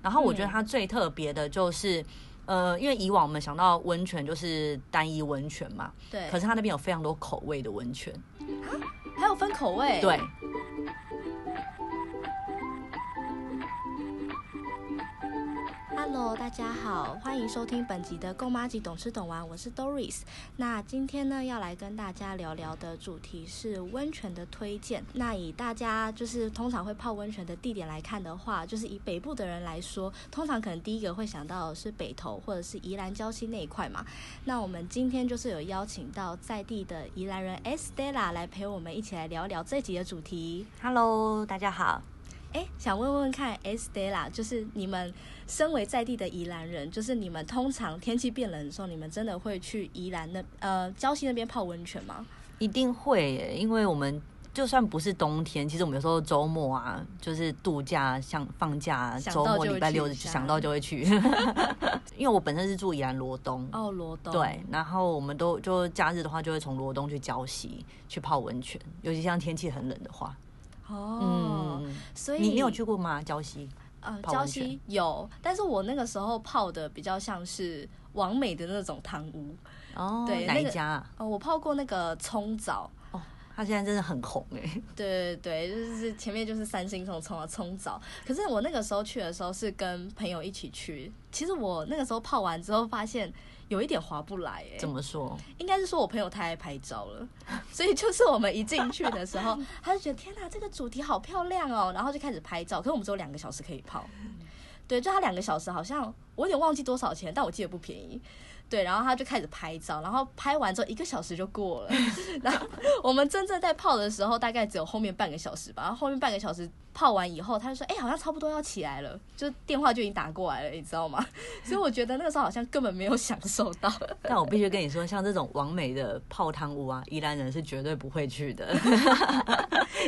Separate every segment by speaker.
Speaker 1: 然后我觉得它最特别的就是。呃，因为以往我们想到温泉就是单一温泉嘛，
Speaker 2: 对，
Speaker 1: 可是它那边有非常多口味的温泉，
Speaker 2: 还有分口味，
Speaker 1: 对，
Speaker 2: Hello，大家好，欢迎收听本集的《够妈级懂吃懂玩》，我是 Doris。那今天呢，要来跟大家聊聊的主题是温泉的推荐。那以大家就是通常会泡温泉的地点来看的话，就是以北部的人来说，通常可能第一个会想到的是北投或者是宜兰礁溪那一块嘛。那我们今天就是有邀请到在地的宜兰人 Estella 来陪我们一起来聊聊这集的主题。
Speaker 1: Hello，大家好。
Speaker 2: 哎，想问问看，Estella，就是你们身为在地的宜兰人，就是你们通常天气变冷的时候，你们真的会去宜兰那呃礁溪那边泡温泉吗？
Speaker 1: 一定会耶，因为我们就算不是冬天，其实我们有时候周末啊，就是度假，像放假啊，
Speaker 2: 想
Speaker 1: 周
Speaker 2: 到
Speaker 1: 末
Speaker 2: 就会
Speaker 1: 礼拜
Speaker 2: 去
Speaker 1: 六
Speaker 2: 一下
Speaker 1: 想到就会去。 因为我本身是住宜兰罗东，
Speaker 2: 哦，罗东，
Speaker 1: 对，然后我们都就假日的话，就会从罗东去礁溪去泡温泉，尤其像天气很冷的话。
Speaker 2: 哦，
Speaker 1: 嗯，
Speaker 2: 所以
Speaker 1: 你你有去过吗？礁溪？
Speaker 2: 呃
Speaker 1: 泡
Speaker 2: 礁
Speaker 1: 温泉
Speaker 2: 溪有，但是我那个时候泡的比较像是王美的那种汤屋，
Speaker 1: 哦，
Speaker 2: 对
Speaker 1: 哪
Speaker 2: 那
Speaker 1: 一
Speaker 2: 个
Speaker 1: 家啊？
Speaker 2: 哦，我泡过那个葱澡，
Speaker 1: 他现在真的很红哎。
Speaker 2: 对对对，就是前面就是三星冲冲啊冲澡，可是我那个时候去的时候是跟朋友一起去，其实我那个时候泡完之后发现有一点划不来、欸，
Speaker 1: 怎么说？
Speaker 2: 应该是说我朋友太爱拍照了， 所以就是我们一进去的时候，他就觉得天哪，这个主题好漂亮哦，然后就开始拍照。可是我们只有两个小时可以泡，对，就他两个小时好像我有点忘记多少钱，但我记得不便宜。对，然后他就开始拍照，然后拍完之后一个小时就过了，然后我们真正在泡的时候大概只有后面半个小时吧，然后后面半个小时泡完以后，他就说，哎、好像差不多要起来了，就电话就已经打过来了，你知道吗？ 所以我觉得那个时候好像根本没有享受到。
Speaker 1: 但我必须跟你说，像这种完美的泡汤屋啊，宜兰人是绝对不会去 的，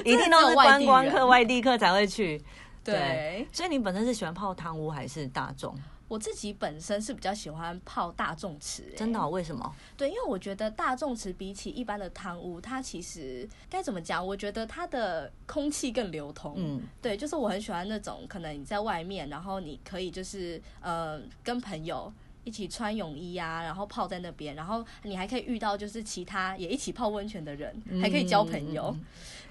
Speaker 1: 一定都是观光客、外地客才会去。
Speaker 2: 对，
Speaker 1: 所以你本身是喜欢泡汤屋还是大众？
Speaker 2: 我自己本身是比较喜欢泡大众池、欸
Speaker 1: 真的哦、为什么？
Speaker 2: 对，因为我觉得大众池比起一般的汤屋，它其实该怎么讲？我觉得它的空气更流通。
Speaker 1: 嗯，
Speaker 2: 对，就是我很喜欢那种，可能你在外面，然后你可以就是呃跟朋友。一起穿泳衣啊，然后泡在那边，然后你还可以遇到就是其他也一起泡温泉的人，还可以交朋友，
Speaker 1: 嗯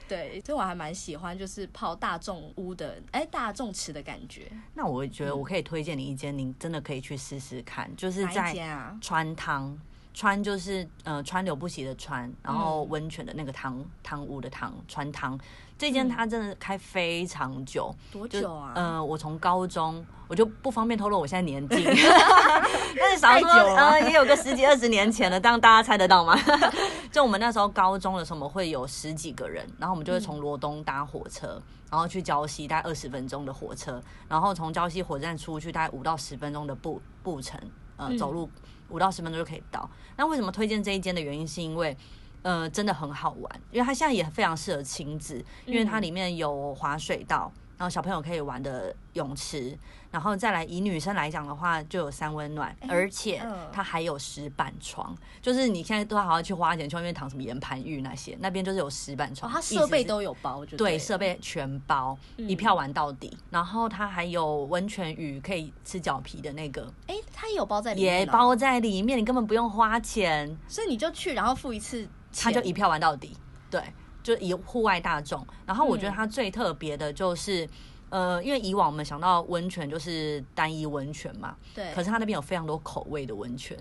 Speaker 2: 对，所以我还蛮喜欢就是泡大众屋的，哎，大众池的感觉。
Speaker 1: 那我觉得我可以推荐你一间，您真的可以去试试看，就是
Speaker 2: 哪一
Speaker 1: 在
Speaker 2: 间啊？
Speaker 1: 川汤。川就是呃川流不息的川，
Speaker 2: 嗯
Speaker 1: 然后温泉的那个汤汤屋的汤川汤，这间它真的开非常久，
Speaker 2: 多
Speaker 1: 就
Speaker 2: 嗯久啊？
Speaker 1: 呃，我从高中我就不方便透露我现在年 纪， 但是少
Speaker 2: 太
Speaker 1: 说
Speaker 2: 久了
Speaker 1: 呃也有个十几二十年前了，当大家猜得到吗？ 就我们那时候高中的时候，我们会有十几个人，然后我
Speaker 2: 嗯
Speaker 1: 们就会从罗东搭火车，然后去礁溪，大概二十分钟的火车，然后从礁溪火车站出去，大概五到十分钟的步步程，呃，
Speaker 2: 嗯
Speaker 1: 走路五到十分钟就可以到。那为什么推荐这一间的原因，是因为。呃，真的很好玩，因为它现在也非常适合亲子，因
Speaker 2: 嗯
Speaker 1: 为它里面有滑水道，然后小朋友可以玩的泳池，然后再来以女生来讲的话，就有三温暖，而且
Speaker 2: 嗯
Speaker 1: 它还有石板床，就是你现在都要好好去花钱去外面躺什么岩盘浴那些，那边就是有石板
Speaker 2: 哦
Speaker 1: 床，，
Speaker 2: 它
Speaker 1: 意思
Speaker 2: 设
Speaker 1: 是
Speaker 2: 备都嗯有包，就
Speaker 1: 对
Speaker 2: 了
Speaker 1: 设备全包，一票玩到底。然后它还有温泉浴，可以吃脚皮的那个
Speaker 2: 哎、它也有包在里面、哦
Speaker 1: 也，包在里面，你根本不用花钱，
Speaker 2: 所以你就去，然后付一次
Speaker 1: 他
Speaker 2: 钱，
Speaker 1: 就一票玩到底，对，就以户外大众。然后我觉得它最特别的就是，呃，因为以往我们想到温泉就是单一温泉嘛，
Speaker 2: 对，
Speaker 1: 可是它那边有非常多口味的温泉，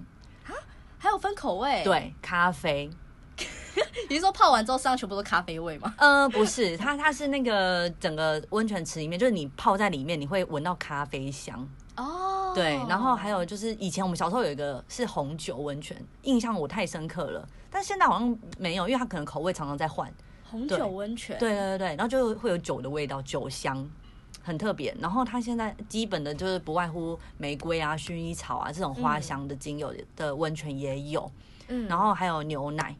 Speaker 2: 还有分口味，，
Speaker 1: 对，咖啡，
Speaker 2: 你是说泡完之后身上全部都咖啡味吗？
Speaker 1: 呃，不是，它它是那个整个温泉池里面，就是你泡在里面，你会闻到咖啡香，
Speaker 2: 哦，
Speaker 1: 对，然后还有就是以前我们小时候有一个是红酒温泉，印象我太深刻了，但现在好像没有，因为它可能口味常常在换。
Speaker 2: 红
Speaker 1: 对
Speaker 2: 酒温泉，
Speaker 1: 对对对对，然后就会有酒的味道，酒香。很特别，然后它现在基本的就是不外乎玫瑰啊、薰衣草啊这种花香的精油的温泉也有，
Speaker 2: 嗯，
Speaker 1: 然后还有牛奶，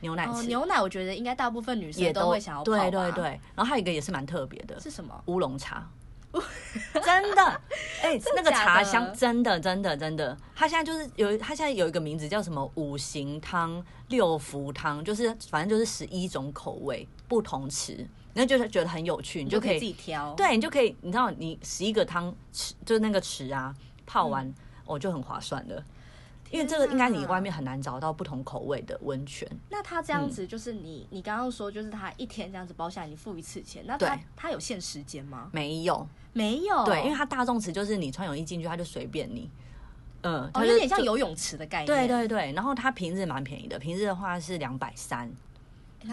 Speaker 1: 牛奶
Speaker 2: 哦，
Speaker 1: 池、
Speaker 2: 牛奶我觉得应该大部分女生
Speaker 1: 也
Speaker 2: 都会想要泡
Speaker 1: 对
Speaker 2: 吧
Speaker 1: 对，对，然后还有一个也是蛮特别的
Speaker 2: 是什么？
Speaker 1: 乌龙 茶，真的，哎、那个
Speaker 2: 假
Speaker 1: 茶
Speaker 2: 的
Speaker 1: 香真的真的真的，它现在就是有它现在有一个名字叫什么五行汤、六福汤，就是反正就是十一种口味不同吃，你就觉得觉得很有趣，你
Speaker 2: 你
Speaker 1: 就
Speaker 2: 就
Speaker 1: 可
Speaker 2: 可
Speaker 1: 以
Speaker 2: 以自己挑。，
Speaker 1: 对，你就可以，你知道，你洗一个汤池，就是那个池啊，泡完、
Speaker 2: 嗯
Speaker 1: 哦就很划算了。因为这个应该你外面很嗯难找到不同口味的温泉，
Speaker 2: 啊那他这样子就是你，你刚刚说就是他一天这样子包下来，你付一次钱，那他
Speaker 1: 对
Speaker 2: 他有限时间吗？
Speaker 1: 没有。
Speaker 2: 没有，哦
Speaker 1: 对，因为它大众池就是你穿泳衣进去，它就随便你。嗯，它
Speaker 2: 哦，
Speaker 1: 就
Speaker 2: 有点像
Speaker 1: 就
Speaker 2: 游泳池的概念。
Speaker 1: 对对对，然后它平日蛮便宜的，平日的话是两百三，
Speaker 2: 欸，它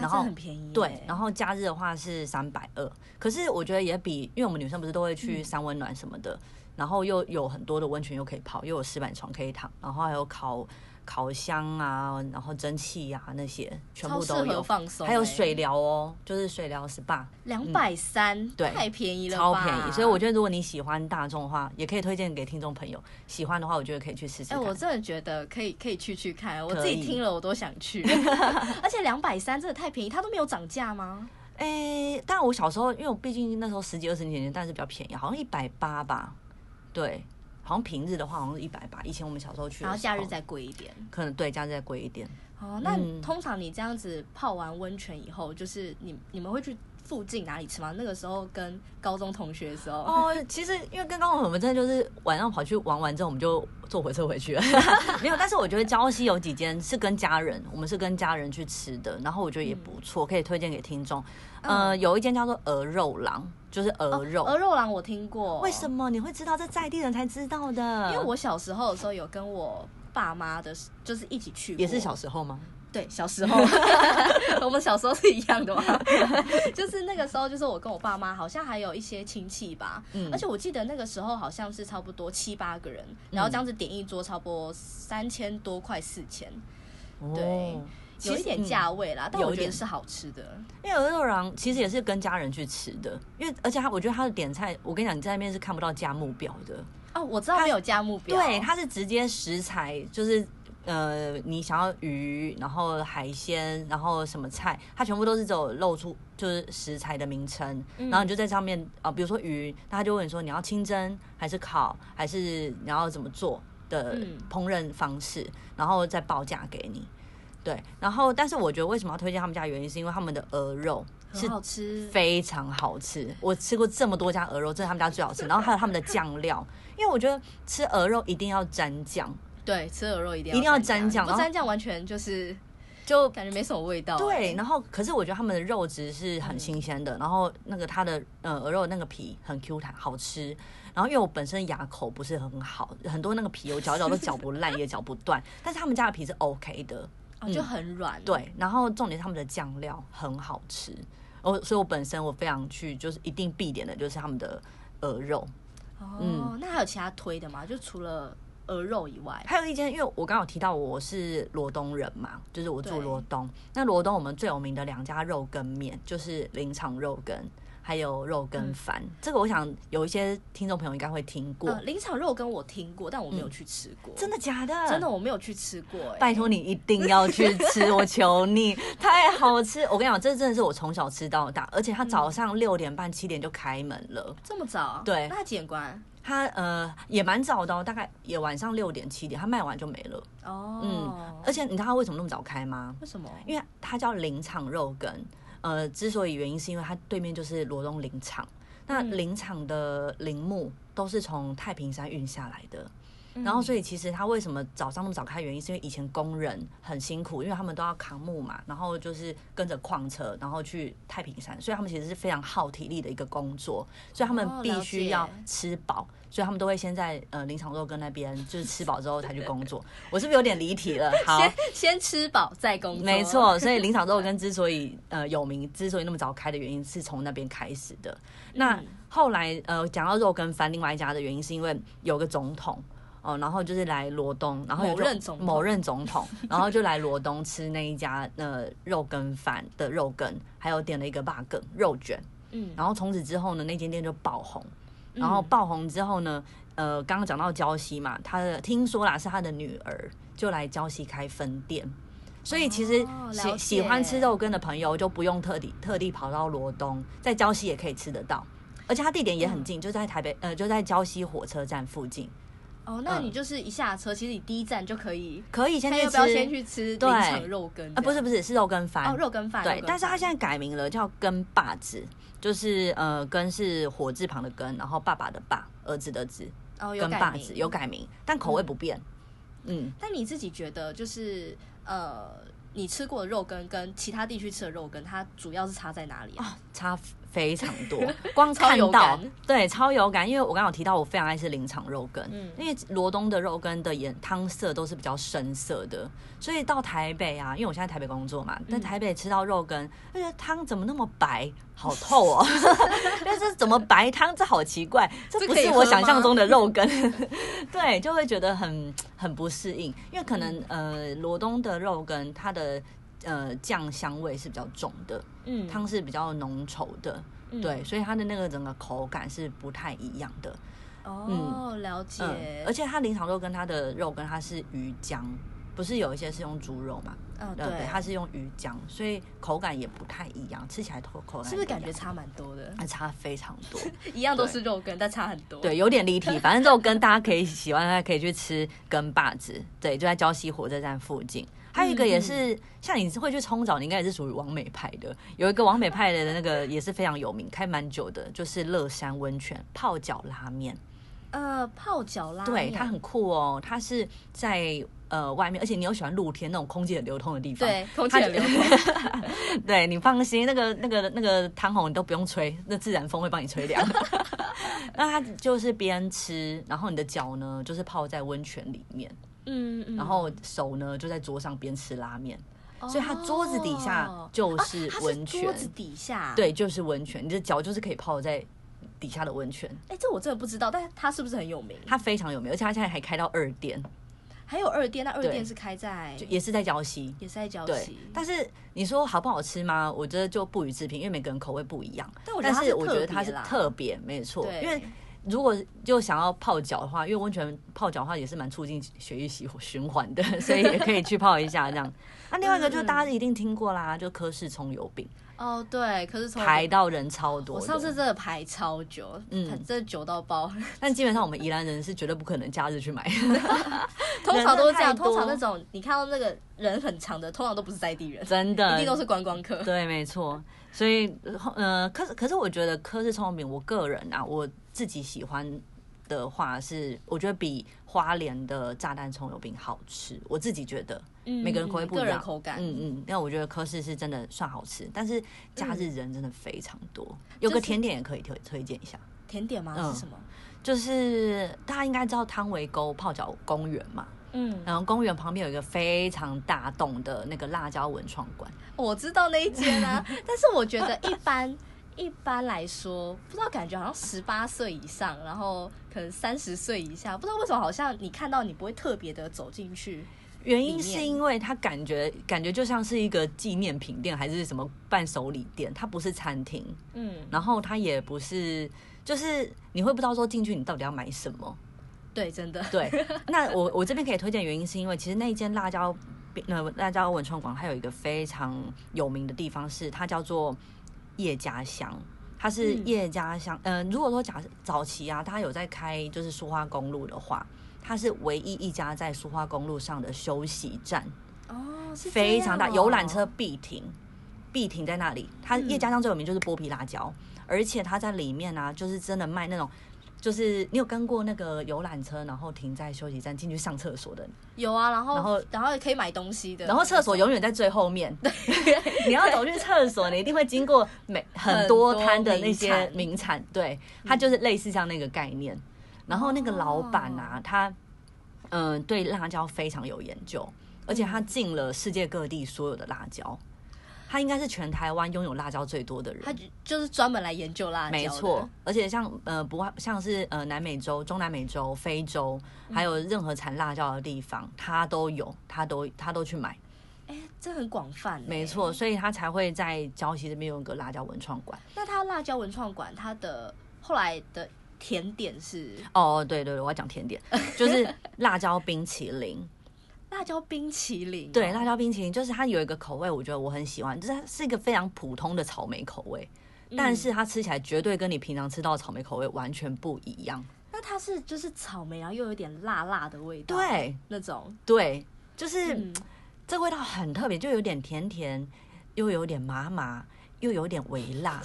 Speaker 1: 然
Speaker 2: 真
Speaker 1: 后
Speaker 2: 的很便宜耶。
Speaker 1: 对，然后假日的话是三百二。可是我觉得也比，因为我们女生不是都会
Speaker 2: 嗯
Speaker 1: 去三温暖什么的，然后又有很多的温泉又可以泡，又有石板床可以躺，然后还有烤烤箱啊，然后蒸汽啊那些全部
Speaker 2: 超适
Speaker 1: 都
Speaker 2: 合
Speaker 1: 有，
Speaker 2: 放松欸，
Speaker 1: 还有水疗哦，就是水疗 SPA。
Speaker 2: 两百三，
Speaker 1: 对
Speaker 2: 太便宜了，
Speaker 1: 超便宜，所以我。觉得如果你喜欢大众的话，也可以推荐给听众朋友。喜欢的话，我觉得可以去试试
Speaker 2: 哎、
Speaker 1: 看。
Speaker 2: 我真的觉得可以，可以去去看，我
Speaker 1: 可
Speaker 2: 自己
Speaker 1: 以
Speaker 2: 听了我都想 去，而且两百三真的太便宜，它都没有涨价吗？
Speaker 1: 哎、但我小时候，因为我毕竟那时候十几二十年前，但是比较便宜，好像一百八吧。对，好像平日的话好像是一百八。以前我们小时候去的时候，
Speaker 2: 然后假日再贵一点。
Speaker 1: 可能对假日再贵一点。
Speaker 2: 哦，那
Speaker 1: 嗯
Speaker 2: 通常你这样子泡完温泉以后，就是你你们会去附近哪里吃吗？那个时候跟高中同学的时候，
Speaker 1: 哦， 其实因为跟刚刚我们真的就是晚上跑去玩完之后，我们就坐火车回去了。 没有，但是我觉得礁溪有几间是跟家人，我们是跟家人去吃的，然后我觉得也
Speaker 2: 嗯
Speaker 1: 不错，可以推荐给听众。呃，有一间叫做鹅肉郎，就是鹅肉。
Speaker 2: 哦鹅肉郎我听过，
Speaker 1: 为什
Speaker 2: 么？
Speaker 1: 么你会知道？这在地人才知道的。
Speaker 2: 因为我小时候的时候有跟我爸妈的，就是一起去过，
Speaker 1: 也是小时候吗？
Speaker 2: 对，小时候， 我们小时候是一样的嘛， 就是那个时候，就是我跟我爸妈，好像还有一些亲戚吧，
Speaker 1: 嗯
Speaker 2: 而且我记得那个时候好像是差不多七八个人，
Speaker 1: 嗯
Speaker 2: 然后这样子点一桌，差不多三千多块四千，对
Speaker 1: 哦
Speaker 2: 有一点价位啦，但
Speaker 1: 嗯
Speaker 2: 我
Speaker 1: 有一
Speaker 2: 觉得
Speaker 1: 点
Speaker 2: 是好吃的，
Speaker 1: 因为鹅肉郎其实也是跟家人去吃的，因为而且他我觉得他的点菜，我跟你讲，你在那边是看不到价目表的。
Speaker 2: 哦，我知道没有加目标，
Speaker 1: 对，它是直接食材，就是呃，你想要鱼，然后海鲜，然后什么菜，它全部都是只有露出就是食材的名称，
Speaker 2: 嗯
Speaker 1: 然后你就在上面啊、呃比如说鱼，那他就问你说你要清蒸还是烤，还是你要怎么做的
Speaker 2: 嗯
Speaker 1: 烹饪方式，然后再报价给你。对，然后但是我觉得为什么要推荐他们家的原因，是因为他们的鹅肉是
Speaker 2: 很好吃，
Speaker 1: 非常好吃，我吃过这么多家鹅肉，这是他们家最好吃。然后还有他们的酱料，因为我觉得吃鹅肉一定要沾酱，
Speaker 2: 对，吃鹅肉一定
Speaker 1: 一定要
Speaker 2: 沾
Speaker 1: 沾酱
Speaker 2: 不
Speaker 1: 然后
Speaker 2: 沾酱完全就是
Speaker 1: 就
Speaker 2: 感觉没什么味道、
Speaker 1: 对。
Speaker 2: 欸
Speaker 1: 然后可是我觉得他们的肉质是很新鲜的，然后那个它的呃鹅肉那个皮很 Q 弹，好吃。然后因为我本身牙口不是很好，很多那个皮我嚼一嚼都嚼不烂，也嚼不断， 但是他们家的皮是 OK 的。
Speaker 2: 哦就很软，
Speaker 1: 嗯对，然后重点是他们的酱料很好吃，哦，所以我本身我非常去就是一定必点的就是他们的鹅肉。嗯
Speaker 2: 哦，那还有其他推的吗？就除了鹅肉以外，
Speaker 1: 还有一间，因为我刚好提到我是罗东人嘛，就是我住
Speaker 2: 对
Speaker 1: 罗东。那罗东我们最有名的两家肉羹面就是林场肉羹，还有肉羹饭。
Speaker 2: 嗯
Speaker 1: 这个我想有一些听众朋友应该会听过，嗯
Speaker 2: 呃，林场肉羹我听过，但我没有去吃过。
Speaker 1: 真
Speaker 2: 的，
Speaker 1: 的假的？
Speaker 2: 真的，我没有去吃过、欸。
Speaker 1: 拜托你一定要去 吃，我求你，太好吃！我跟你讲，这真的是我从小吃到大，而且它早上
Speaker 2: 嗯
Speaker 1: 六点半七点就开门了。
Speaker 2: 这么早？啊
Speaker 1: 对
Speaker 2: 那它几点关？
Speaker 1: 它呃也蛮早的、哦，大概也晚上六点七点，它卖完就没了。
Speaker 2: 哦，
Speaker 1: 嗯，而且你知道它为什么那么早开吗？
Speaker 2: 为什么？
Speaker 1: 因为它叫林场肉羹，呃，之所以原因是因为它对面就是罗东林场，那
Speaker 2: 嗯
Speaker 1: 林场的林木都是从太平山运下来的，
Speaker 2: 嗯
Speaker 1: 然后所以其实它为什么早上那么早开，原因是因为以前工人很辛苦，因为他们都要扛木嘛，然后就是跟着矿车，然后去太平山，所以他们其实是非常耗体力的一个工作，所以他们
Speaker 2: 哦
Speaker 1: 必
Speaker 2: 了
Speaker 1: 须
Speaker 2: 解
Speaker 1: 要吃饱。所以他们都会先在呃林场肉羹那边，就是吃饱之后才去工作。我是不是有点离题 了？好，
Speaker 2: 先先吃饱再工作。
Speaker 1: 没，错，所以林场肉羹之所以呃有名，之所以那么早开的原因是从那边开始的。那
Speaker 2: 嗯
Speaker 1: 后来呃讲到肉羹饭，另外一家的原因是因为有个总统。哦，然后就是来罗东，然后有
Speaker 2: 某任总统
Speaker 1: 某任总统， 然后就来罗东吃那一家呃肉羹饭的肉羹，还有点了一个霸羹肉卷，
Speaker 2: 嗯，
Speaker 1: 然后从此之后呢，那间店就爆红，然后爆红之后呢，呃，刚刚讲到礁溪嘛，他的听说啦是他的女儿就来礁溪开分店，所以其实
Speaker 2: 哦
Speaker 1: 喜、
Speaker 2: 了解
Speaker 1: 喜欢吃肉羹的朋友就不用特地特地跑到罗东，在礁溪也
Speaker 2: 嗯
Speaker 1: 可以吃得到，而且它地点也很近，就在台北呃就在礁溪火车站附近，
Speaker 2: 哦，那
Speaker 1: 嗯
Speaker 2: 你就是一下车，其实你第一站就可以，
Speaker 1: 可以先
Speaker 2: 看
Speaker 1: 去
Speaker 2: 要
Speaker 1: 吃，
Speaker 2: 不要先去吃林
Speaker 1: 对
Speaker 2: 场肉羹
Speaker 1: 啊？不是不
Speaker 2: 是，
Speaker 1: 是，是肉羹饭
Speaker 2: 哦，肉羹饭。肉
Speaker 1: 对
Speaker 2: 羹，
Speaker 1: 但是它
Speaker 2: 饭
Speaker 1: 现在改名了，叫根爸子，就是呃根是火字旁的根，然后爸爸的爸，儿子的子，
Speaker 2: 哦有
Speaker 1: 根
Speaker 2: 改
Speaker 1: 爸
Speaker 2: 名
Speaker 1: 子有。改名，但口味
Speaker 2: 嗯
Speaker 1: 不变。嗯，
Speaker 2: 但你自己觉得就是呃，你吃过的肉羹跟其他地区吃的肉羹，它主要是差在哪里
Speaker 1: 哦
Speaker 2: 啊？
Speaker 1: 差非常 多，光
Speaker 2: 超
Speaker 1: 看
Speaker 2: 有
Speaker 1: 到
Speaker 2: 感
Speaker 1: 对超有感，因为我刚刚有提到我非常爱吃林场肉羹，
Speaker 2: 嗯
Speaker 1: 因为罗东的肉羹的颜汤色都是比较深色的，所以到台北啊，因为我现在台北工作嘛，在
Speaker 2: 嗯
Speaker 1: 台北吃到肉羹，就觉得汤怎么那么白，好透 哦， 但是怎么白汤这好奇怪，这
Speaker 2: 这
Speaker 1: 不
Speaker 2: 可以
Speaker 1: 是
Speaker 2: 喝
Speaker 1: 我想象
Speaker 2: 吗
Speaker 1: 中的肉 羹，对，就会觉得很很不适应，因为可能
Speaker 2: 嗯
Speaker 1: 呃罗东的肉羹它的呃酱香味是比较重的，
Speaker 2: 嗯，
Speaker 1: 汤是比较浓稠的，
Speaker 2: 嗯
Speaker 1: 对，所以它的那个整个口感是不太一样的。
Speaker 2: 哦，了解。
Speaker 1: 嗯，而且它林场肉跟它的肉跟它是鱼浆，不是有一些是用猪肉嘛？
Speaker 2: 嗯，
Speaker 1: 呃
Speaker 2: 对，
Speaker 1: 它是用鱼浆，所以口感也不太一样，吃起来口口感
Speaker 2: 是不
Speaker 1: 也
Speaker 2: 是感
Speaker 1: 一
Speaker 2: 觉
Speaker 1: 样
Speaker 2: 差蛮多的？
Speaker 1: 啊差非常多？
Speaker 2: 一样都是肉羹，但差很多。
Speaker 1: 对，有点离 题，反正肉羹大家可以喜欢，大家可以去吃羹把子，对，就在礁溪火车站附近。还有一个也
Speaker 2: 嗯
Speaker 1: 是，像你会去冲澡，你应该也是属于王美派的。有一个王美派的那个也是非常有名，开蛮久的，就是乐山温泉泡脚拉面。
Speaker 2: 呃，泡脚拉
Speaker 1: 对，
Speaker 2: 面
Speaker 1: 它很酷哦，它是在呃外面，而且你又喜欢露天那种空气很流通的地方。
Speaker 2: 对，空气
Speaker 1: 它
Speaker 2: 很流通。
Speaker 1: 对你放心，那个那个那个汤红你都不用吹，那自然风会帮你吹凉。 那它就是边吃，然后你的脚呢就是泡在温泉里面，
Speaker 2: 嗯嗯。
Speaker 1: 然后手呢就在桌上边吃拉面，
Speaker 2: 哦，
Speaker 1: 所以它桌子底下就是
Speaker 2: 啊它
Speaker 1: 温
Speaker 2: 是
Speaker 1: 泉，
Speaker 2: 桌子底下。，
Speaker 1: 对，就是温泉，你的脚就是可以泡在底下的温泉，
Speaker 2: 哎，这我真的不知道，但它是不是很有名？
Speaker 1: 它非常有名，而且它现在还开到二店，
Speaker 2: 还有二店，那二
Speaker 1: 对
Speaker 2: 店是开在
Speaker 1: 就也是在礁溪。
Speaker 2: 也是在礁
Speaker 1: 对
Speaker 2: 溪，，
Speaker 1: 但是你说好不好吃吗？我觉得就不予置评，因为每个人口味不一样。
Speaker 2: 但我觉
Speaker 1: 但
Speaker 2: 得它
Speaker 1: 是
Speaker 2: 是
Speaker 1: 我觉得
Speaker 2: 特
Speaker 1: 它
Speaker 2: 别
Speaker 1: 是
Speaker 2: 啦
Speaker 1: 特别，没错。
Speaker 2: 对，
Speaker 1: 因为如果就想要泡脚的话，因为温泉泡脚的话也是蛮促进血液循循环的， 所以也可以去泡一下这 样。那、另外一个就是
Speaker 2: 嗯
Speaker 1: 大家一定听过啦，就科氏葱油饼，
Speaker 2: 哦对，可是从
Speaker 1: 排到人超多
Speaker 2: 我
Speaker 1: 的。
Speaker 2: 上次真的排超久，
Speaker 1: 嗯
Speaker 2: 嗯，真的久到爆。
Speaker 1: 但基本上我们宜兰人是绝对不可能假日去买。
Speaker 2: 通常都
Speaker 1: 人真的
Speaker 2: 是这样，
Speaker 1: 太多
Speaker 2: 通常那种你看到那个人很长的，通常都不是在地人，
Speaker 1: 真的，
Speaker 2: 一定都是观光客。
Speaker 1: 对，没错。所以，呃，可是可是，我觉得科氏葱油饼，我个人啊，我自己喜欢的话是，我觉得比花莲的炸弹葱油饼好吃。我自己觉得，
Speaker 2: 嗯
Speaker 1: 每个人口味不一
Speaker 2: 个
Speaker 1: 样，
Speaker 2: 人口感。
Speaker 1: 嗯嗯，那我觉得科氏是真的算好吃，但是假日人真的非常多。有个
Speaker 2: 嗯就是
Speaker 1: 甜点也可以推推荐一下，
Speaker 2: 甜点吗？
Speaker 1: 嗯
Speaker 2: 是什么？
Speaker 1: 就是大家应该知道汤围沟泡脚公园嘛，
Speaker 2: 嗯，
Speaker 1: 然后公园旁边有一个非常大栋的那个辣椒文创馆。
Speaker 2: 我知道那一间 啊，但是我觉得一般。一般来说，不知道感觉好像十八岁以上，然后可能三十岁以下，不知道为什么好像你看到你不会特别的走进去。
Speaker 1: 原因
Speaker 2: 里
Speaker 1: 是
Speaker 2: 面
Speaker 1: 因为它感觉感觉就像是一个纪念品店还是什么伴手礼店，它不是餐厅，
Speaker 2: 嗯，
Speaker 1: 然后它也不是，就是你会不知道说进去你到底要买什么。
Speaker 2: 对，真的。
Speaker 1: 对，那我我这边可以推荐，原因是因为其实那一间辣椒饼呃辣椒文创馆，它有一个非常有名的地方是它叫做叶家香。它是
Speaker 2: 嗯
Speaker 1: 叶家香，嗯、呃，如果说假设早期啊，它有在开就是苏花公路的话，它是唯一一家在苏花公路上的休息站。
Speaker 2: 哦，是这样
Speaker 1: 非常大，
Speaker 2: 哦
Speaker 1: 游览车必停，必停在那里。它
Speaker 2: 嗯
Speaker 1: 叶家香最有名就是剥皮辣椒，而且它在里面啊，就是真的卖那种。就是你有跟过那个游览车，然后停在休息站进去上厕所的，
Speaker 2: 有啊，然后
Speaker 1: 然后
Speaker 2: 然后也可以买东西的，
Speaker 1: 然后厕所永远在最后面。 你要走去厕所，你一定会经过每很多摊的那些
Speaker 2: 很多
Speaker 1: 名产，对，它就是类似像那个概念。然后那个老板
Speaker 2: 哦
Speaker 1: 啊，他嗯、呃对辣椒非常有研究，而且他进了世界各地所有的辣椒，他应该是全台湾拥有辣椒最多的人。
Speaker 2: 他就就是专门来研究辣椒的，
Speaker 1: 没错，而且像呃不外像是呃南美洲、中南美洲、非洲，
Speaker 2: 嗯
Speaker 1: 还有任何产辣椒的地方，他都有，他都他都去买。
Speaker 2: 哎、这很广泛、
Speaker 1: 没。错，所以他才会在礁溪这边有一个辣椒文创馆。
Speaker 2: 那它辣椒文创馆，它的后来的甜点是
Speaker 1: 哦，对对对，我要讲甜点，就是辣椒冰淇淋。
Speaker 2: 辣椒冰淇淋、哦
Speaker 1: 对，辣椒冰淇淋就是它有一个口味，我觉得我很喜欢，就是它是一个非常普通的
Speaker 2: 嗯
Speaker 1: 草莓口味，但是它吃起来绝对跟你平常吃到的草莓口味完全不一样。
Speaker 2: 那那它是就是草莓，然后又有点辣辣的味道，，
Speaker 1: 对
Speaker 2: 那种，
Speaker 1: 对，就是、
Speaker 2: 嗯，
Speaker 1: 这味道很特别，就有点甜甜，又有点麻麻，又有点微 辣。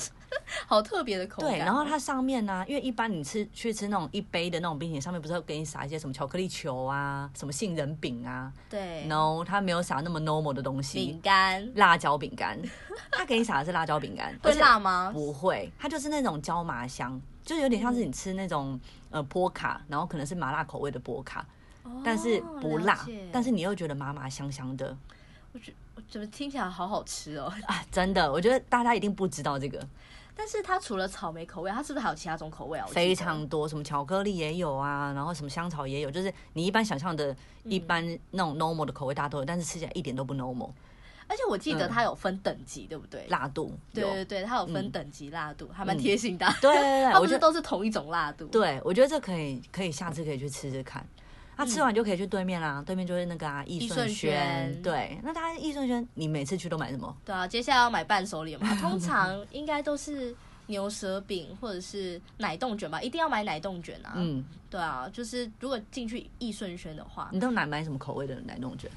Speaker 2: 好特别的口感哦。
Speaker 1: 对，然后它上面呢、因为一般你吃去吃那种一杯的那种冰淇淋，上面不是会给你撒一些什么巧克力球啊、什么杏仁饼啊
Speaker 2: 对
Speaker 1: ？No，它没有撒那么 normal 的东西
Speaker 2: 饼，干
Speaker 1: 辣椒饼干， 它给你撒的是辣椒饼干，
Speaker 2: 会
Speaker 1: 而且
Speaker 2: 辣吗？
Speaker 1: 不会，它就是那种椒麻香，就是有点像是你吃那种呃波卡，然后可能是麻辣口味的波卡，但是
Speaker 2: 哦
Speaker 1: 不
Speaker 2: 了
Speaker 1: 辣
Speaker 2: 解，
Speaker 1: 但是你又觉得麻麻香香的
Speaker 2: 我觉我怎么听起来好好吃哦？
Speaker 1: 啊！真的，我觉得大家一定不知道这个，
Speaker 2: 但是它除了草莓口味，它是不是还有其他种口味啊？我记得
Speaker 1: 非常多，什么巧克力也有啊，然后什么香草也有，就是你一般想象的，
Speaker 2: 嗯
Speaker 1: 一般那种 normal 的口味大家都有，但是吃起来一点都不 normal，
Speaker 2: 而且我记得
Speaker 1: 嗯
Speaker 2: 它有分等级，对不对？
Speaker 1: 辣度
Speaker 2: 对
Speaker 1: 有。
Speaker 2: 对对，它有分
Speaker 1: 嗯
Speaker 2: 等级辣度，还蛮
Speaker 1: 嗯
Speaker 2: 贴心的啊。
Speaker 1: 对对 对，
Speaker 2: 它
Speaker 1: 我
Speaker 2: 不
Speaker 1: 觉
Speaker 2: 是
Speaker 1: 得
Speaker 2: 都是同一种辣度？，
Speaker 1: 对，我觉得这可以，可以下次可以去吃吃看。那、吃完就可以去对面啦，对面就是那个啊益
Speaker 2: 嗯益
Speaker 1: 顺
Speaker 2: 顺
Speaker 1: 轩
Speaker 2: 轩。
Speaker 1: 对，那他益顺轩，你每次去都买什么？
Speaker 2: 对啊，接下来要买伴手 礼嘛，通常应该都是牛舌饼或者是奶冻卷吧，一定要买奶冻卷啊。
Speaker 1: 嗯，
Speaker 2: 对啊，就是如果进去益顺轩的话，
Speaker 1: 你都买买什么口味的奶冻卷？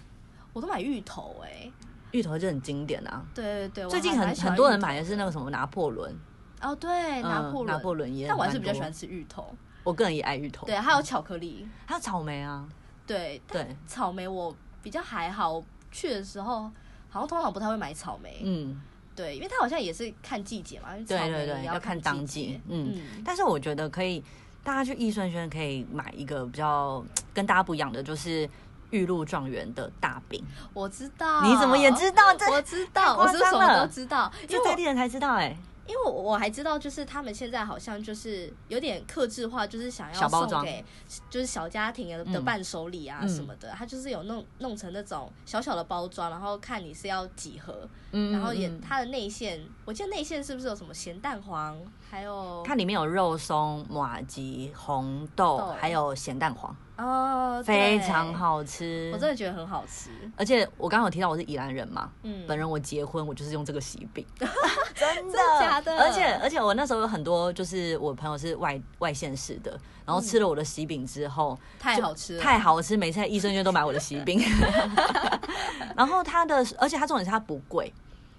Speaker 2: 我都买芋头哎、
Speaker 1: 芋头就很经典啊。
Speaker 2: 对对对，我
Speaker 1: 最近
Speaker 2: 还
Speaker 1: 很
Speaker 2: 蛮喜欢
Speaker 1: 很多人
Speaker 2: 芋头
Speaker 1: 买的是那个什么拿破仑，
Speaker 2: 哦，对，拿
Speaker 1: 嗯
Speaker 2: 破
Speaker 1: 拿
Speaker 2: 仑。
Speaker 1: 破仑也，
Speaker 2: 但我还是比较喜欢，吃芋头，
Speaker 1: 我个人也爱芋头。
Speaker 2: 对，还有巧克力，
Speaker 1: 还有草莓啊，
Speaker 2: 对，但
Speaker 1: 对，
Speaker 2: 草莓我比较还好，我去的时候好像通常不太会买草莓，
Speaker 1: 嗯，
Speaker 2: 对，因为它好像也是看季节嘛，因为
Speaker 1: 对
Speaker 2: 草莓
Speaker 1: 对对
Speaker 2: 也
Speaker 1: 要看
Speaker 2: 看
Speaker 1: 当
Speaker 2: 季
Speaker 1: 季
Speaker 2: 节，
Speaker 1: 嗯
Speaker 2: 嗯，
Speaker 1: 但是我觉得可以，大家去益顺轩可以买一个比较跟大家不一样的，就是玉露状元的大饼。
Speaker 2: 我知道，
Speaker 1: 你怎么也知道？这
Speaker 2: 我知道，
Speaker 1: 太
Speaker 2: 我
Speaker 1: 夸
Speaker 2: 是什
Speaker 1: 张
Speaker 2: 么
Speaker 1: 了
Speaker 2: 都知道，因
Speaker 1: 这
Speaker 2: 为
Speaker 1: 在
Speaker 2: 我
Speaker 1: 地人才知道哎、
Speaker 2: 因为我我还知道，就是他们现在好像就是有点克制化，就是想要
Speaker 1: 小包
Speaker 2: 送
Speaker 1: 装
Speaker 2: 给就是小家庭的的
Speaker 1: 嗯
Speaker 2: 伴手礼啊
Speaker 1: 嗯
Speaker 2: 什么的，他就是有弄弄成那种小小的包装，然后看你是要几盒，
Speaker 1: 嗯
Speaker 2: 然后也
Speaker 1: 嗯
Speaker 2: 它的内馅，我记得内馅是不是有什么咸蛋黄，还有
Speaker 1: 它里面有肉松、马吉、红豆
Speaker 2: 豆，
Speaker 1: 还有咸蛋黄，
Speaker 2: 哦，
Speaker 1: 非
Speaker 2: 对
Speaker 1: 常，好吃。
Speaker 2: 我真的觉得很好吃，
Speaker 1: 而且我刚刚有提到我是宜兰人嘛，
Speaker 2: 嗯，
Speaker 1: 本人我结婚我就是用这个喜 饼，真的
Speaker 2: 假的
Speaker 1: 而且而且我那时候有很多就是我朋友是外外县市的，然后吃了我的喜饼之后，
Speaker 2: 太
Speaker 1: 就
Speaker 2: 好吃了，
Speaker 1: 太好吃，每次在益生菌都买我的喜 饼。然后它的，而且它重点是它不贵，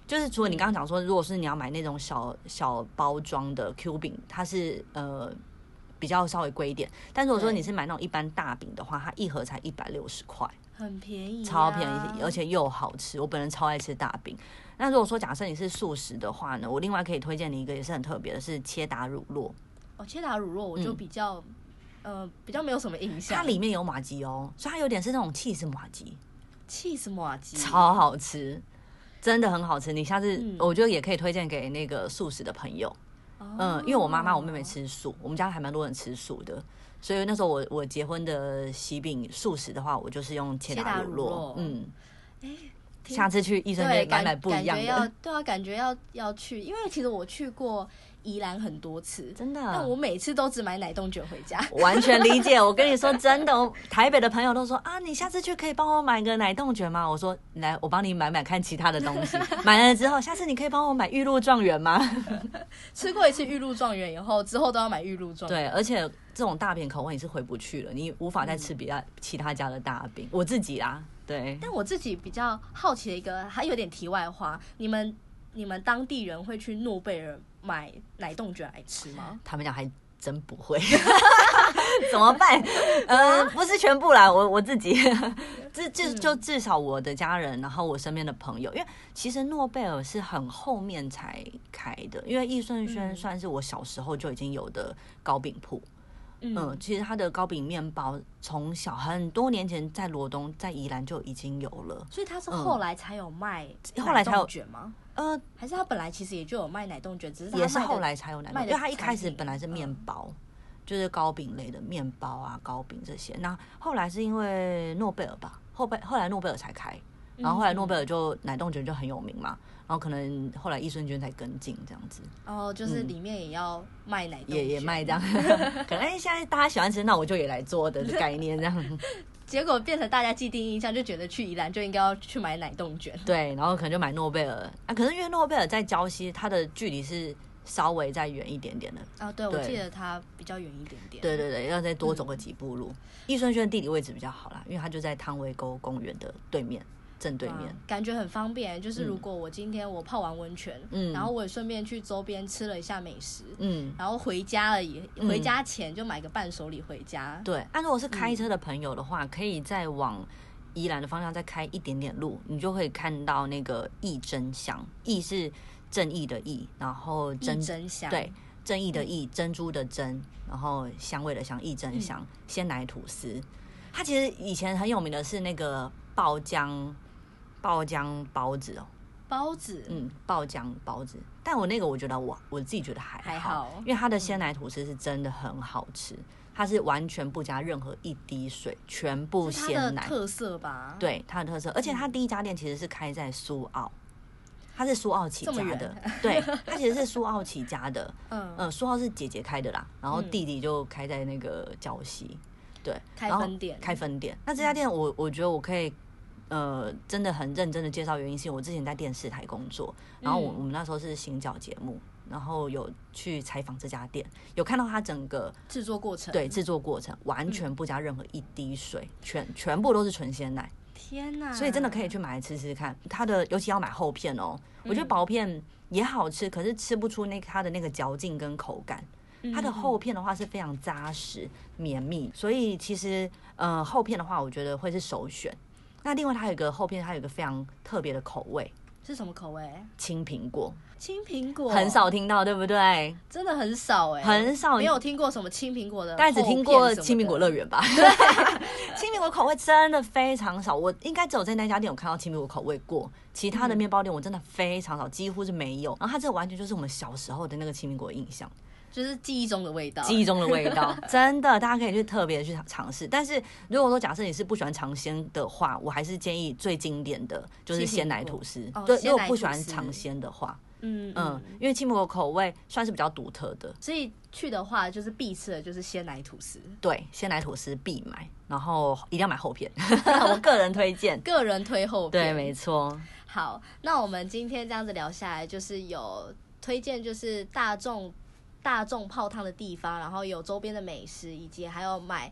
Speaker 1: 就是除了你刚刚讲说，如果是你要买那种小小包装的 Q 饼，它是呃比较稍微贵一点。但如果说
Speaker 2: 对
Speaker 1: 你是买那种一般大饼的话，它一盒才一百六十块，
Speaker 2: 很便宜啊，
Speaker 1: 超便宜，而且又好吃。我本人超爱吃大饼。那如果说假设你是素食的话呢，我另外可以推荐你一个也是很特别的，是切达乳酪，
Speaker 2: 哦，切达乳酪我就
Speaker 1: 嗯
Speaker 2: 比较，呃，比较没有什么印象，
Speaker 1: 它里面有马吉哦，所以它有点是那种 cheese 马吉。
Speaker 2: cheese 马吉
Speaker 1: 超好吃，真的很好吃。你下次、
Speaker 2: 嗯
Speaker 1: 我觉得也可以推荐给那个素食的朋友，嗯，因为我妈妈、我妹妹
Speaker 2: 哦
Speaker 1: 吃素，我们家还蛮多人吃素的，所以那时候我我结婚的喜饼素食的话，我就是用切
Speaker 2: 切
Speaker 1: 达
Speaker 2: 达
Speaker 1: 乳
Speaker 2: 乳
Speaker 1: 酪
Speaker 2: 酪，
Speaker 1: 嗯，
Speaker 2: 听
Speaker 1: 下次去益生街买
Speaker 2: 对感
Speaker 1: 买不一样
Speaker 2: 感觉要
Speaker 1: 的，
Speaker 2: 对啊，感觉要要去，因为其实我去过宜兰很多次，
Speaker 1: 真的。啊
Speaker 2: 但我每次都只买奶冻卷回家。
Speaker 1: 完全理解，我跟你说真的，我台北的朋友都说啊，你下次去可以帮我买个奶冻卷吗？我说来，我帮你买买看其他的东西，买了之后，下次你可以帮我买玉露状元吗？
Speaker 2: 吃过一次玉露状元以后，之后都要买玉露状元。
Speaker 1: 对，而且这种大饼口味你是回不去了，你无法再吃别家、其他家的大饼。我自己啦，对，
Speaker 2: 嗯但我自己比较好奇的一个，还有点题外话，你们你们当地人会去诺贝尔买奶冻卷来吃吗？
Speaker 1: 他们家还真不会， 怎么办？呃，
Speaker 2: 啊
Speaker 1: 不是全部啦，我我自 己，至至就
Speaker 2: 嗯
Speaker 1: 至少我的家人，然后我身边的朋友，因为其实诺贝尔是很后面才开的，因为易顺轩
Speaker 2: 嗯
Speaker 1: 算是我小时候就已经有的糕饼铺，
Speaker 2: 嗯，
Speaker 1: 嗯，其实它的糕饼面包从小很多年前在罗东在宜兰就已经有了。
Speaker 2: 所以他是
Speaker 1: 嗯
Speaker 2: 后来才有卖
Speaker 1: 后来才有
Speaker 2: 奶冻卷吗？
Speaker 1: 呃，
Speaker 2: 还是他本来其实也就有卖奶冻卷，只是他
Speaker 1: 也是
Speaker 2: 卖的
Speaker 1: 后来才有奶
Speaker 2: 卖
Speaker 1: 冻，因
Speaker 2: 的
Speaker 1: 为它一开
Speaker 2: 产
Speaker 1: 始
Speaker 2: 品
Speaker 1: 本来是面
Speaker 2: 嗯
Speaker 1: 包，就是糕饼类的面包啊、糕饼这些。那后来是因为诺贝尔吧，后贝后来诺贝尔才开，
Speaker 2: 嗯
Speaker 1: 然后后来诺贝尔就奶冻卷就很有名嘛，然后可能后来益顺卷才跟进这样子，
Speaker 2: 哦，就是
Speaker 1: 嗯
Speaker 2: 里面也要卖奶冻，
Speaker 1: 也也卖 这样，可能哎现在大家喜欢吃，那我就也来做的概念这样，
Speaker 2: 结果变成大家既定印象，就觉得去宜兰就应该要去买奶冻卷。
Speaker 1: 对，然后可能就买诺贝尔啊，可是因为诺贝尔在礁溪，它的距离是。稍微再远一点点的。
Speaker 2: 啊，对，我
Speaker 1: 对
Speaker 2: 记得它比较远一点点。
Speaker 1: 对对对，要再多走个几步路。益顺轩的地理位置比较好啦，因为它就在汤围沟公园的对面，正对面
Speaker 2: 哇。啊感觉很方便。就是如果我今天我泡完温泉，
Speaker 1: 嗯
Speaker 2: 然后我也顺便去周边吃了一下美食，
Speaker 1: 嗯，
Speaker 2: 然后回家了也
Speaker 1: 嗯
Speaker 2: 回家前就买个伴手礼回家。
Speaker 1: 对，那、如果是开车的朋友的话，可以再往宜兰的方向再开一点点路，你就会看到那个义真香。义是正义的义，然后珍嗯
Speaker 2: 一真香，
Speaker 1: 对正义的义，珍珠的珍，然后香味的香，义真香、鲜奶吐司。它其实以前很有名的是那个爆浆爆浆包子哦，
Speaker 2: 包子，
Speaker 1: 嗯，爆浆包子。但我那个我觉得我我自己觉得还好，
Speaker 2: 还好
Speaker 1: 因为它的鲜奶吐司是真的很好吃，它是完全不加任何一滴水，全部
Speaker 2: 这是它
Speaker 1: 鲜
Speaker 2: 的
Speaker 1: 奶，
Speaker 2: 特色吧？，
Speaker 1: 对它的特色。而且它第一家店其实是开在苏澳，它是苏澳起
Speaker 2: 这么
Speaker 1: 家
Speaker 2: 远
Speaker 1: 的，对，它其实是苏澳起家的。
Speaker 2: 嗯，
Speaker 1: 呃，苏澳是姐姐开的啦，然后
Speaker 2: 嗯
Speaker 1: 弟弟就开在那个礁溪，对，
Speaker 2: 开
Speaker 1: 然后
Speaker 2: 分店
Speaker 1: 哦
Speaker 2: 嗯
Speaker 1: 开分店。那这家店我我觉得我可以。呃，真的很认真的介绍原因，是因为我之前在电视台工作，然后我
Speaker 2: 嗯
Speaker 1: 我们那时候是行脚节目，然后有去采访这家店，有看到它整个
Speaker 2: 制作过程。
Speaker 1: 对，制作过程，
Speaker 2: 嗯
Speaker 1: 完全不加任何一滴水，全全部都是纯鲜奶，
Speaker 2: 天哪！
Speaker 1: 所以真的可以去买来吃吃看。它的尤其要买厚片哦，我
Speaker 2: 嗯
Speaker 1: 觉得薄片也好吃，可是吃不出那它的那个嚼劲跟口感。
Speaker 2: 嗯，
Speaker 1: 它的厚片的话是非常扎实绵密，所以其实呃厚片的话，我觉得会是首选。那另外它有一个厚片，它有一个非常特别的口味，
Speaker 2: 是什么口味？
Speaker 1: 青苹果，
Speaker 2: 青苹果
Speaker 1: 很少，听到，对不对？
Speaker 2: 真的很少哎，
Speaker 1: 很少
Speaker 2: 没有听过什么青苹果的厚
Speaker 1: 大
Speaker 2: 片
Speaker 1: 家只
Speaker 2: 什
Speaker 1: 听
Speaker 2: 么的，
Speaker 1: 过青苹果乐园 吧？青苹果口味真的非常少，我应该只有在那家店有看到青苹果口味过，其他的面包店我真的非常少，几乎是没有。然后它这完全就是我们小时候的那个青苹果印象。
Speaker 2: 就是记忆中的味道，
Speaker 1: 记忆中的味道， 真的，大家可以去特别去尝试。但是如果说假设你是不喜欢尝鲜的话，我还是建议最经典的就是鲜奶吐司
Speaker 2: 青苹果。哦
Speaker 1: 对，
Speaker 2: 鲜奶
Speaker 1: 如果不喜欢
Speaker 2: 吐司
Speaker 1: 尝鲜的话，
Speaker 2: 嗯
Speaker 1: 嗯
Speaker 2: 嗯，，
Speaker 1: 因为青苹果口味算是比较独特的，
Speaker 2: 所以去的话就是必吃的就是鲜奶吐司，
Speaker 1: 对，鲜奶吐司必买，然后一定要买厚片，我个人推荐。
Speaker 2: 个人推后
Speaker 1: 对，
Speaker 2: 片。
Speaker 1: 没错，
Speaker 2: 好，那我们今天这样子聊下来，就是有推荐，就是大众大众泡汤的地方，然后有周边的美食，以及还有买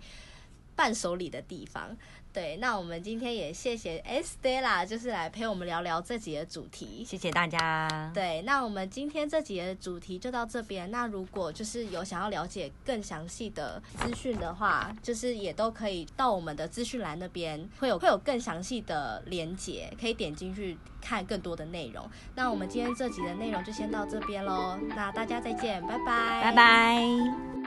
Speaker 2: 伴手礼的地方。对，那我们今天也谢谢 Estella，就是来陪我们聊聊这集的主题。
Speaker 1: 谢谢大家。
Speaker 2: 对，那我们今天这集的主题就到这边。那如果就是有想要了解更详细的资讯的话，就是也都可以到我们的资讯栏那边，会有会有更详细的连接，可以点进去看更多的内容。那我们今天这集的内容就先到这边喽，那大家再见，拜拜，
Speaker 1: 拜拜。